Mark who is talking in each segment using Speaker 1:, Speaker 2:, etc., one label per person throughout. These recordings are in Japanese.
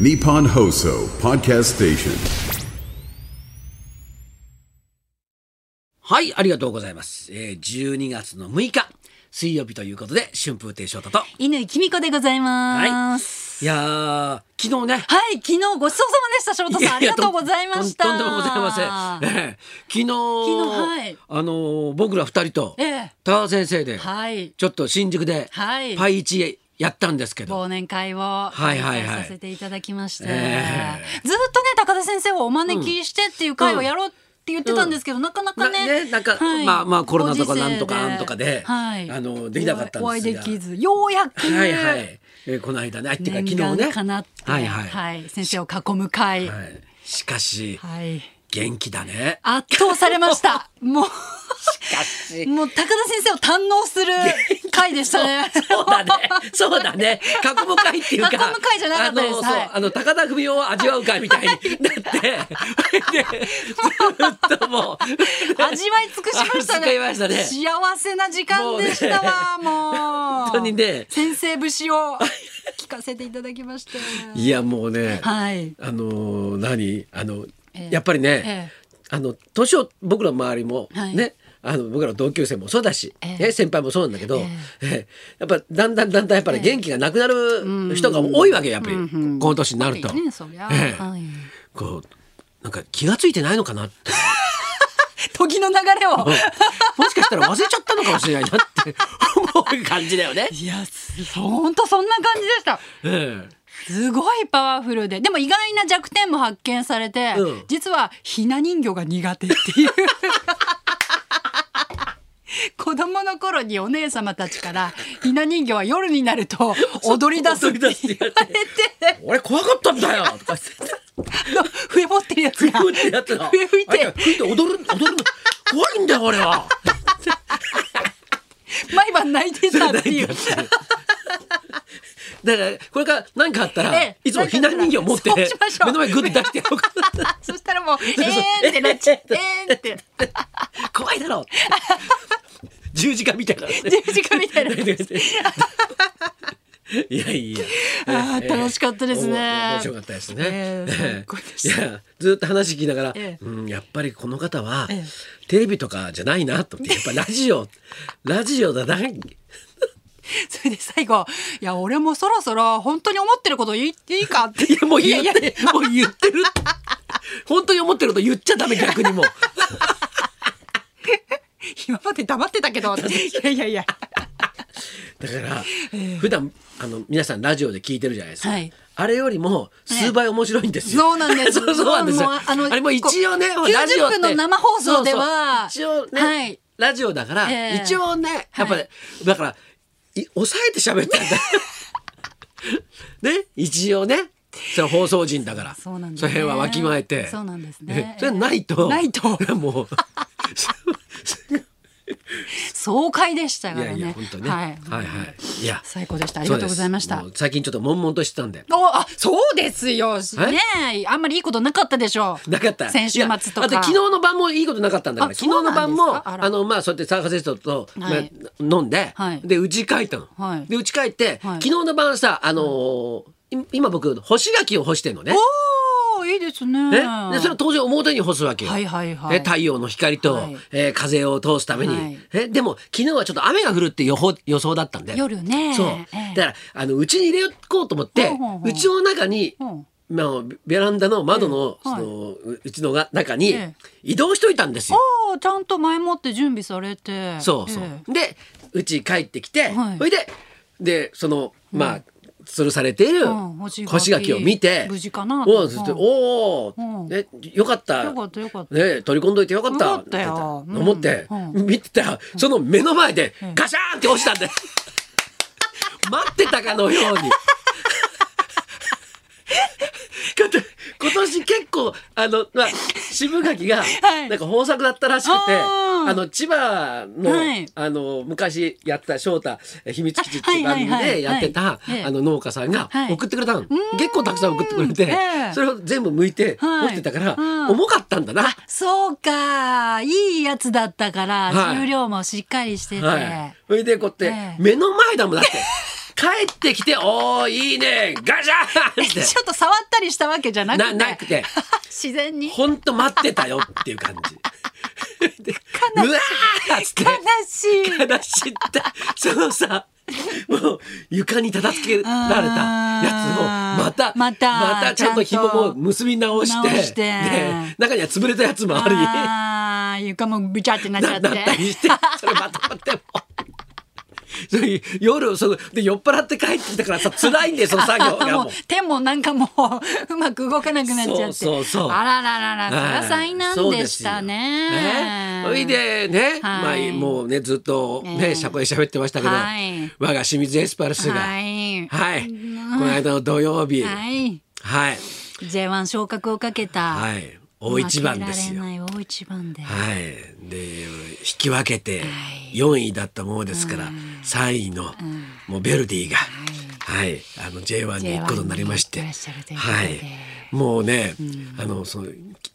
Speaker 1: Nippon Hoso Podcast Station.
Speaker 2: はい、ありがとうございます。えー、12月の6日、水曜日ということで、春風亭昇太と。は
Speaker 3: 犬きみこでございます。
Speaker 2: いやー、昨日ね。
Speaker 3: はい、昨日ごちそうさまでした、翔太さん、ありがとうございました。
Speaker 2: いやいやとんとんでもございません。ええ昨日、
Speaker 3: はい
Speaker 2: あのー僕ら二人と、
Speaker 3: ええ
Speaker 2: 田川先生で、
Speaker 3: はい、
Speaker 2: ちょっと新宿で、
Speaker 3: はい
Speaker 2: パイ一へやったんですけど、
Speaker 3: 忘年会を
Speaker 2: いはいはい
Speaker 3: 開催させていただきまして、
Speaker 2: え
Speaker 3: ずっとね、高田先生をお招きしてっていう会をやろうって言ってたんですけど、なかなかね、
Speaker 2: なねなんか
Speaker 3: はい
Speaker 2: まあまあコロナとか
Speaker 3: ご時世
Speaker 2: なんとかなんとかで
Speaker 3: はい、
Speaker 2: あのできなかったんですが
Speaker 3: お会いできず、ようやく、
Speaker 2: はいはい。えーこの間ね、あっていうか昨
Speaker 3: 念
Speaker 2: 日
Speaker 3: 願
Speaker 2: ね。
Speaker 3: かなって、
Speaker 2: はいはい。
Speaker 3: はい先生を囲む会、は
Speaker 2: はいしかし、
Speaker 3: い、
Speaker 2: 元気だね。
Speaker 3: 圧倒され ました。もう。
Speaker 2: しかし。
Speaker 3: もう高田先生を堪能する回でしたね。
Speaker 2: そうだね。そうだね。過去会っていうか。
Speaker 3: 囲む会じゃなかったです
Speaker 2: あの、
Speaker 3: はい
Speaker 2: そう、あの、高田文夫を味わう会みた いに。だって、でずっともう。
Speaker 3: 味わい尽くしました
Speaker 2: あ使
Speaker 3: ね。
Speaker 2: いましたね
Speaker 3: 幸せな時間でしたわ、もう,、
Speaker 2: 本当にね
Speaker 3: 先生節を聞かせていただきました。
Speaker 2: いや、もうね。
Speaker 3: はい。
Speaker 2: あのー、何あの、
Speaker 3: ええ
Speaker 2: やっぱりね、あの、年を、僕らの周りも、
Speaker 3: はい
Speaker 2: ね。あの僕らの同級生もそうだし、
Speaker 3: ええ
Speaker 2: ね先輩もそうなんだけど、
Speaker 3: え
Speaker 2: ええやっぱだんだんだんだんやっぱり元気がなくなる人が多いわけよやっぱり、この年になると、
Speaker 3: ね、そりゃ、
Speaker 2: ええ
Speaker 3: はい。
Speaker 2: こうなんか気がついてないのかなって
Speaker 3: 時の流れを。
Speaker 2: もしかしたら忘れちゃったのかもしれないなって思う感じだよね。
Speaker 3: いや、す本当そんな感じでした。
Speaker 2: え
Speaker 3: すごいパワフルで、でも意外な弱点も発見されて、
Speaker 2: うん
Speaker 3: 実はひな人形が苦手っていう。 子供の頃にお姉様たちからひな人形は夜になる と踊り出すって言わ
Speaker 2: 踊り出すって言わ
Speaker 3: れて
Speaker 2: え俺怖かったんだよとか言って
Speaker 3: あの笛持ってるやつが
Speaker 2: 吹いてやってた
Speaker 3: 笛吹い
Speaker 2: あや
Speaker 3: て
Speaker 2: 吹いて踊る踊るの怖いんだよ俺は。
Speaker 3: 毎晩泣いてたって いう。
Speaker 2: だからこれから何かあったら
Speaker 3: ええ
Speaker 2: いつも避難人形持って
Speaker 3: そうしましょう
Speaker 2: 目の前グッと出してやろうかな
Speaker 3: そしたらもうえーんってなっち ゃうえーんって
Speaker 2: 怖いだろ うって十字架みたいな
Speaker 3: 十字架みた いな
Speaker 2: いやいや。
Speaker 3: あー楽しかったですね
Speaker 2: えー面白かったですね。
Speaker 3: えー最高でした
Speaker 2: いやずっと話聞きながら、
Speaker 3: ええ
Speaker 2: うんやっぱりこの方は、
Speaker 3: え
Speaker 2: テレビとかじゃないなと思ってやっぱラジオ ラジオだな。
Speaker 3: それで最後「いや俺もそろそろ本当に思ってること言っていいか?」って
Speaker 2: いやもう言っ
Speaker 3: いや
Speaker 2: てもう言ってる。本当に思ってること言っちゃダメ逆にもう。
Speaker 3: 今まで黙ってたけ どいやいやいや
Speaker 2: だから、普段あの皆さんラジオで聞いてるじゃないですか、
Speaker 3: はい
Speaker 2: あれよりも数倍面白いんですよ、
Speaker 3: そうなんです
Speaker 2: そうそうなんですよ
Speaker 3: もうもう
Speaker 2: あ
Speaker 3: あの
Speaker 2: れも一応ね
Speaker 3: こう
Speaker 2: ラジオって
Speaker 3: 90分の生放送では
Speaker 2: そうそう一応ね、
Speaker 3: はい
Speaker 2: ラジオだから、
Speaker 3: ええ
Speaker 2: 一応ねやっぱり、
Speaker 3: は
Speaker 2: だからい抑えて喋っ てんだね一応ねそれは放送人だから
Speaker 3: そうなんですね
Speaker 2: の辺はわきまえて
Speaker 3: そうなんですね
Speaker 2: えそれないと
Speaker 3: ないと
Speaker 2: や もう
Speaker 3: 爽快でした
Speaker 2: い
Speaker 3: から
Speaker 2: や
Speaker 3: ね
Speaker 2: いや本当ね、
Speaker 3: はい、
Speaker 2: はいはいいや
Speaker 3: 最高でしたありがとうございまし
Speaker 2: そ
Speaker 3: た
Speaker 2: うですもう最近ちょっと悶々としてたんで
Speaker 3: おあそうですよねえあんまりいいことなかったでしょう
Speaker 2: なかった
Speaker 3: 先週末と
Speaker 2: いやあ
Speaker 3: か
Speaker 2: 昨日の晩もいいことなかったんだから
Speaker 3: あ
Speaker 2: 昨日の晩
Speaker 3: そ
Speaker 2: も
Speaker 3: うなんですかあ
Speaker 2: あ
Speaker 3: ら
Speaker 2: のまあそうやって参加生徒と、
Speaker 3: はい
Speaker 2: まあ、飲んで、
Speaker 3: はい
Speaker 2: でうち帰ったの、
Speaker 3: はい
Speaker 2: でうち帰って、
Speaker 3: は
Speaker 2: 昨
Speaker 3: い
Speaker 2: 日の晩さあのーい今僕干し柿を干してんのね。
Speaker 3: おおいいですね
Speaker 2: ね、でそれを当然表に干すわけよ、
Speaker 3: はいはいはい
Speaker 2: え太陽の光と、
Speaker 3: はい
Speaker 2: えー風を通すために、
Speaker 3: はい
Speaker 2: えでも昨日はちょっと雨が降るって予報予想だったんで
Speaker 3: 夜ね
Speaker 2: そう、
Speaker 3: ええ
Speaker 2: だからあのうちに入れこうと思って
Speaker 3: ほうほうほう
Speaker 2: うちの中に、
Speaker 3: うん
Speaker 2: まあ、ベランダの窓の,、
Speaker 3: ええはい
Speaker 2: そのううちのが中に
Speaker 3: ええ
Speaker 2: 移動しといたんですよ。
Speaker 3: おーちゃんと前もって準備されて
Speaker 2: そうそう、
Speaker 3: ええ
Speaker 2: でうち帰ってきて、
Speaker 3: はい
Speaker 2: それででそのまあ、吊るされている
Speaker 3: うん干し柿
Speaker 2: 干し柿を見て、
Speaker 3: 無事かなと
Speaker 2: おうそして
Speaker 3: うん
Speaker 2: おお、
Speaker 3: うん
Speaker 2: ね、よかった
Speaker 3: よかったよかった
Speaker 2: ね、取り込んどいてよかった
Speaker 3: よかったよ
Speaker 2: って思って、
Speaker 3: うんう
Speaker 2: 見てたらその目の前でガシャーンって落ち たんで、待ってたかのように。こと今年結構あの、まあ、渋柿が
Speaker 3: はい
Speaker 2: なんか豊作だったらしくて、
Speaker 3: あー
Speaker 2: あの千葉の,、
Speaker 3: はい
Speaker 2: あの昔やってた翔太秘密基地っていう
Speaker 3: あ
Speaker 2: 番
Speaker 3: はいはい
Speaker 2: 組
Speaker 3: はい
Speaker 2: でやってた
Speaker 3: はいええ
Speaker 2: あの農家さんが
Speaker 3: はい
Speaker 2: 送ってくれたの、結構たくさん送ってくれて、
Speaker 3: ええ
Speaker 2: それを全部剥いて
Speaker 3: はい
Speaker 2: 持ってたから、
Speaker 3: うん
Speaker 2: 重かったんだな。
Speaker 3: そうかいいやつだったから、
Speaker 2: はい
Speaker 3: 重量もしっかりしてて、
Speaker 2: はい。それでこうやって、
Speaker 3: ええ
Speaker 2: 目の前だもんだって。帰ってきて、おー、いいね、ガシャーンっ
Speaker 3: ち
Speaker 2: て。
Speaker 3: ょっと触ったりしたわけじゃなくて
Speaker 2: ななくて
Speaker 3: 自然に
Speaker 2: ほんと待ってたよっていう 感じ。 で
Speaker 3: 悲しいう
Speaker 2: わーっつって。
Speaker 3: 悲しい
Speaker 2: 悲しいって、そのさ、もう床に叩けられたやつをまた
Speaker 3: あーまた
Speaker 2: ちゃんと紐
Speaker 3: ちゃん
Speaker 2: も
Speaker 3: と
Speaker 2: 結び直して
Speaker 3: 直して
Speaker 2: で中には潰れたやつもあり
Speaker 3: あー床もぶちゃってなっちゃ
Speaker 2: な
Speaker 3: っ
Speaker 2: な
Speaker 3: て
Speaker 2: ったりしてそれまとまっても。それ夜そので酔っ払って帰ってきたからさ辛いんだよその作業が
Speaker 3: も
Speaker 2: も
Speaker 3: う
Speaker 2: う。
Speaker 3: 手もなんかもううまく動かなくなっちゃって
Speaker 2: そうそうそう
Speaker 3: あららららそら災難でした
Speaker 2: そうですよねそ
Speaker 3: ね
Speaker 2: いでね、
Speaker 3: はい
Speaker 2: まあもうねずっとね、
Speaker 3: ねえ
Speaker 2: 車庫で喋ってましたけど、
Speaker 3: はい
Speaker 2: 我が清水エスパルスが、
Speaker 3: はい
Speaker 2: はい、この間の土曜日、は、
Speaker 3: はいい
Speaker 2: はい、
Speaker 3: J1 昇格をかけた、
Speaker 2: 大一番です
Speaker 3: 負け
Speaker 2: よ。
Speaker 3: られない大一番で、
Speaker 2: はい、で引き分けて
Speaker 3: い
Speaker 2: 4位だったものですから、3位のもうベルディが、はい、あの J1 に行くことになりまして、
Speaker 3: J1 に行ってらっしゃるということで
Speaker 2: はい、もうね、あのその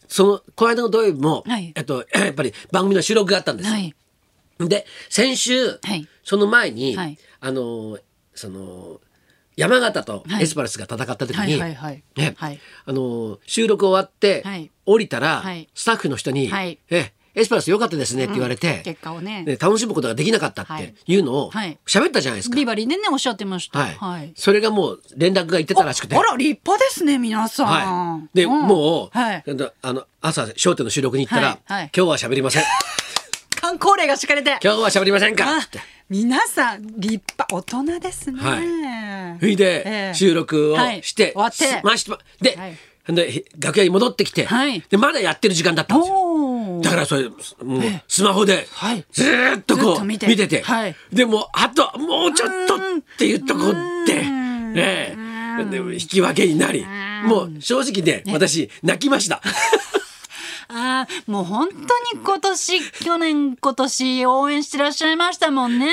Speaker 2: そのこの間の土曜日も、
Speaker 3: はい
Speaker 2: えっとやっぱり番組の収録があったんですよ。
Speaker 3: はい
Speaker 2: で先週、
Speaker 3: はい
Speaker 2: その前に、
Speaker 3: はい
Speaker 2: あのその山形とエスパルスが戦った時に、
Speaker 3: はいはいはい
Speaker 2: ね
Speaker 3: はい
Speaker 2: あの収録終わって、
Speaker 3: はい
Speaker 2: 降りたら、
Speaker 3: はい
Speaker 2: スタッフの人に、
Speaker 3: はい
Speaker 2: えエスパルス良かったですねって言われて、
Speaker 3: 結果をね
Speaker 2: ね楽しむことができなかったっ
Speaker 3: は
Speaker 2: て
Speaker 3: い
Speaker 2: いうのを
Speaker 3: はい
Speaker 2: 喋ったじゃないですか。
Speaker 3: ビバリーでねおっしゃってました
Speaker 2: はいそれがもう連絡が行って
Speaker 3: お
Speaker 2: たらしくて。
Speaker 3: あら立派ですね皆さん、
Speaker 2: はい、で、
Speaker 3: ん
Speaker 2: もう、
Speaker 3: はい、
Speaker 2: あの朝『笑点』の収録に行ったら、
Speaker 3: はいはい
Speaker 2: 今日は喋りません
Speaker 3: 観光令が敷かれて
Speaker 2: 今日は喋りませんか」
Speaker 3: あ
Speaker 2: って。
Speaker 3: 皆さん立派大人ですね、
Speaker 2: は
Speaker 3: は
Speaker 2: それで、収録をして、
Speaker 3: はい、終わ
Speaker 2: す
Speaker 3: って
Speaker 2: ましてまで、
Speaker 3: はい
Speaker 2: で楽屋に戻ってきて、
Speaker 3: はい
Speaker 2: でまだやってる時間だったんですよ。
Speaker 3: おー
Speaker 2: だからそれもうスマホで
Speaker 3: はい
Speaker 2: ずーっとこ
Speaker 3: ずっ
Speaker 2: う
Speaker 3: と
Speaker 2: 見
Speaker 3: 見
Speaker 2: て
Speaker 3: て
Speaker 2: て、
Speaker 3: はい
Speaker 2: でもうあともうちょっとっていうとこで、ねえ、で引き分けになり、もう正直ね私泣きました。
Speaker 3: あーもう本当に今年去年今年応援してらっしゃいましたも んね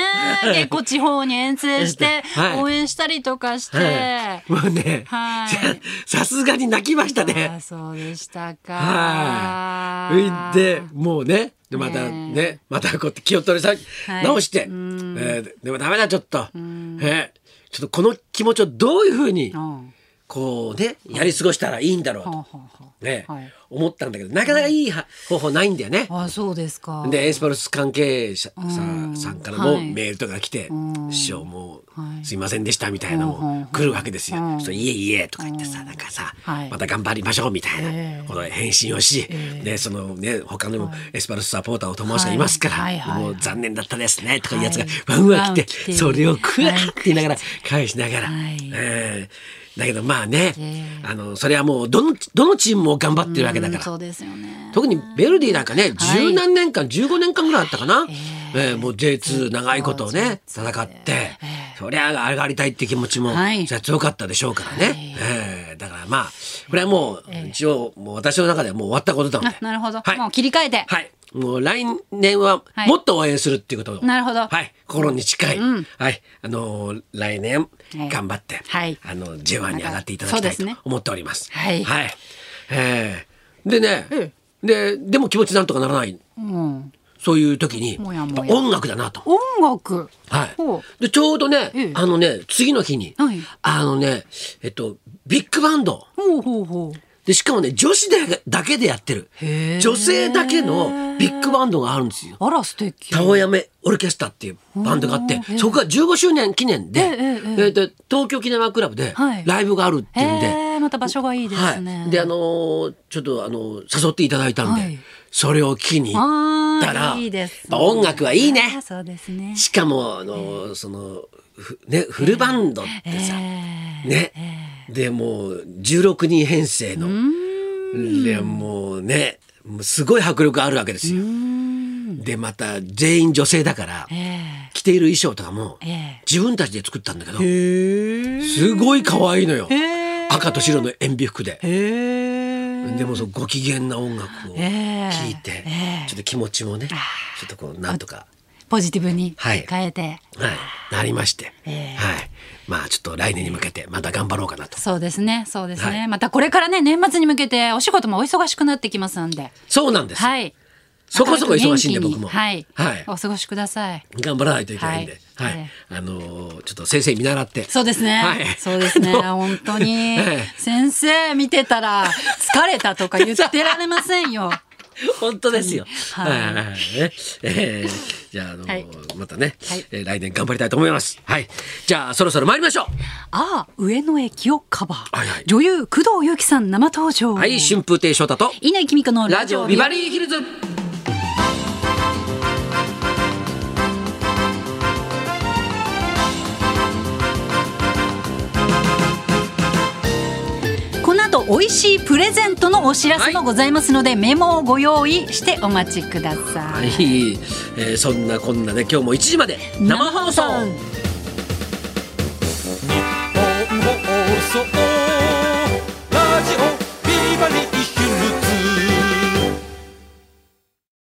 Speaker 3: 結構地方に遠征して
Speaker 2: はい
Speaker 3: 応援したりとかして、
Speaker 2: はい、もうね、
Speaker 3: はい
Speaker 2: じゃあさすがに泣きましたね
Speaker 3: あ。そうでしたか。
Speaker 2: はい。で、もうね、でまたね、
Speaker 3: ね
Speaker 2: またこうやって気を取りさ、
Speaker 3: はい
Speaker 2: 直して、え
Speaker 3: うん
Speaker 2: ーでもダメだ、ちょっと。えーちょっとこの気持ちをどういうふうに
Speaker 3: う、ん
Speaker 2: こうね、やり過ごしたらいいんだろう
Speaker 3: ほう
Speaker 2: と、
Speaker 3: ほうほう
Speaker 2: ね
Speaker 3: はい、
Speaker 2: 思ったんだけど、なかなかいいは方法ないんだよね。
Speaker 3: あ、そうですか。
Speaker 2: で、エスパルス関係者さ
Speaker 3: うん
Speaker 2: さんからも
Speaker 3: はい
Speaker 2: メールとか来て
Speaker 3: う、ん
Speaker 2: 師匠も
Speaker 3: は
Speaker 2: う
Speaker 3: い
Speaker 2: すいませんでしたみたいなの
Speaker 3: うんうんう
Speaker 2: も
Speaker 3: ん
Speaker 2: 来るわけですよ
Speaker 3: う。ん
Speaker 2: そういえいえとか言ってさ、なんかさ
Speaker 3: は、い
Speaker 2: また頑張りましょうみたい
Speaker 3: え
Speaker 2: な、
Speaker 3: え
Speaker 2: この返信をし、
Speaker 3: ええ
Speaker 2: ね、そのね、他のエスパルスサポーターお友達がいますか
Speaker 3: はい
Speaker 2: ら、
Speaker 3: はいはい
Speaker 2: もう残念だったですねとかいうやつが
Speaker 3: はい
Speaker 2: ワンワン来
Speaker 3: ワン来
Speaker 2: て、
Speaker 3: て
Speaker 2: それをクワーって言いながら
Speaker 3: は
Speaker 2: 返しながら。
Speaker 3: はい
Speaker 2: うんだけどまあね
Speaker 3: え、
Speaker 2: あの、それはもうどの、どのチームも頑張ってるわけだか
Speaker 3: うん
Speaker 2: ら。
Speaker 3: そうですよね。
Speaker 2: 特にベルディなんかね、
Speaker 3: はい
Speaker 2: 十何年間、15年間ぐらいあったかな。
Speaker 3: え
Speaker 2: えーもう J2 長いことをね、戦って、そりゃ上がりたいって気持ちも、
Speaker 3: はい
Speaker 2: そりゃ強かったでしょうからね。えーだからまあ、これはもう、一応、もう私の中ではもう終わったことなの
Speaker 3: あ
Speaker 2: で。、
Speaker 3: なるほど。
Speaker 2: はい
Speaker 3: もう切り替えて。
Speaker 2: はい。もう来年は
Speaker 3: はい
Speaker 2: もっと応援するっていうことを。
Speaker 3: なるほど
Speaker 2: はい。心に近い。はい。あのー来年
Speaker 3: はい
Speaker 2: 頑張って、
Speaker 3: はい
Speaker 2: あの J1 に上がっていただきた
Speaker 3: そう
Speaker 2: い
Speaker 3: で
Speaker 2: と
Speaker 3: すね
Speaker 2: 思っております。
Speaker 3: はい
Speaker 2: はい。えーでね、
Speaker 3: え
Speaker 2: ででも気持ちなんとかならない。
Speaker 3: うん。
Speaker 2: そういう時に
Speaker 3: もやもや
Speaker 2: やっぱ音楽だなと。
Speaker 3: 音楽。
Speaker 2: はい
Speaker 3: ほう。
Speaker 2: でちょうどね、
Speaker 3: ええ
Speaker 2: あのね次の日に、
Speaker 3: はい
Speaker 2: あのねえっとビッグバンド。
Speaker 3: ほうほうほう。
Speaker 2: でしかもね女子でだけでやってる
Speaker 3: へー
Speaker 2: 女性だけのビッグバンドがあるんですよ。
Speaker 3: あら素敵。
Speaker 2: タオヤメオルケスタっていうバンドがあって、そこが15周年記念で、
Speaker 3: ええええ
Speaker 2: えーと東京記念ワークラブで
Speaker 3: はい
Speaker 2: ライブがあるっていうんで、
Speaker 3: へーまた場所がいいですね。
Speaker 2: はい、であのーちょっとあのー誘っていただいたんで、
Speaker 3: はい
Speaker 2: それを機に行ったら
Speaker 3: あーいいです
Speaker 2: ま
Speaker 3: ね
Speaker 2: あ音楽はいいね。
Speaker 3: あそうですね。
Speaker 2: しかもあのーそのふねフルバンドってさ、
Speaker 3: えー
Speaker 2: ね、でもう16人編成のでもうねもうすごい迫力あるわけですよ。でまた全員女性だから
Speaker 3: え
Speaker 2: 着ている衣装とかも
Speaker 3: ーえ
Speaker 2: 自分たちで作ったんだけど
Speaker 3: ー。へえ。
Speaker 2: すごい可愛いのよ
Speaker 3: へー
Speaker 2: 赤と白の塩ビ服で。
Speaker 3: へえ。
Speaker 2: でもそうご機嫌な音楽を聴
Speaker 3: ええ
Speaker 2: いて、
Speaker 3: ええ
Speaker 2: ちょっと気持ちもねちょっとこうなんとか
Speaker 3: ポジティブに
Speaker 2: はい
Speaker 3: 変えて。
Speaker 2: はい、なりまして、
Speaker 3: ええ
Speaker 2: はい、まあちょっと来年に向けてまた頑張ろうかなと。
Speaker 3: そうですね、そうですね。
Speaker 2: はい
Speaker 3: またこれからね、年末に向けてお仕事もお忙しくなってきますんで。
Speaker 2: そうなんです。
Speaker 3: はい。
Speaker 2: そこそこ忙しいんで
Speaker 3: 明るく元気に
Speaker 2: 僕も
Speaker 3: はい。
Speaker 2: はい
Speaker 3: お過ごしください。
Speaker 2: 頑張らないといけないんで、
Speaker 3: はい
Speaker 2: は
Speaker 3: はい
Speaker 2: い、あのーちょっと先生見習って。
Speaker 3: そうですね。
Speaker 2: はい
Speaker 3: そうで すね。
Speaker 2: あの
Speaker 3: 本当に
Speaker 2: ええ。
Speaker 3: 先生見てたら疲れたとか言ってられませんよ。
Speaker 2: 本当ですよ。
Speaker 3: はい
Speaker 2: はいはいはいねえーじゃあ、あのー
Speaker 3: はい
Speaker 2: またね、
Speaker 3: はい
Speaker 2: えー来年頑張りたいと思います。はい、じゃあ、そろそろ参りましょう。
Speaker 3: ああ、上野駅をカバー。
Speaker 2: はいはい
Speaker 3: 女優、工藤由紀さん生登場。
Speaker 2: はい、春風亭昇太と
Speaker 3: 稲井君子の
Speaker 2: ラ
Speaker 3: ラ
Speaker 2: ジ
Speaker 3: ジ
Speaker 2: オ
Speaker 3: オ
Speaker 2: ビ
Speaker 3: ビ
Speaker 2: バ
Speaker 3: バ
Speaker 2: リ
Speaker 3: リ
Speaker 2: ーヒルズ。
Speaker 3: この後美味しいプレゼントのお知らせもございますので、メモをご用意してお待ちくださ、
Speaker 2: はいい、えーそんなこんなで、今日も1時まで生放送。
Speaker 4: 放送ラジオビバリー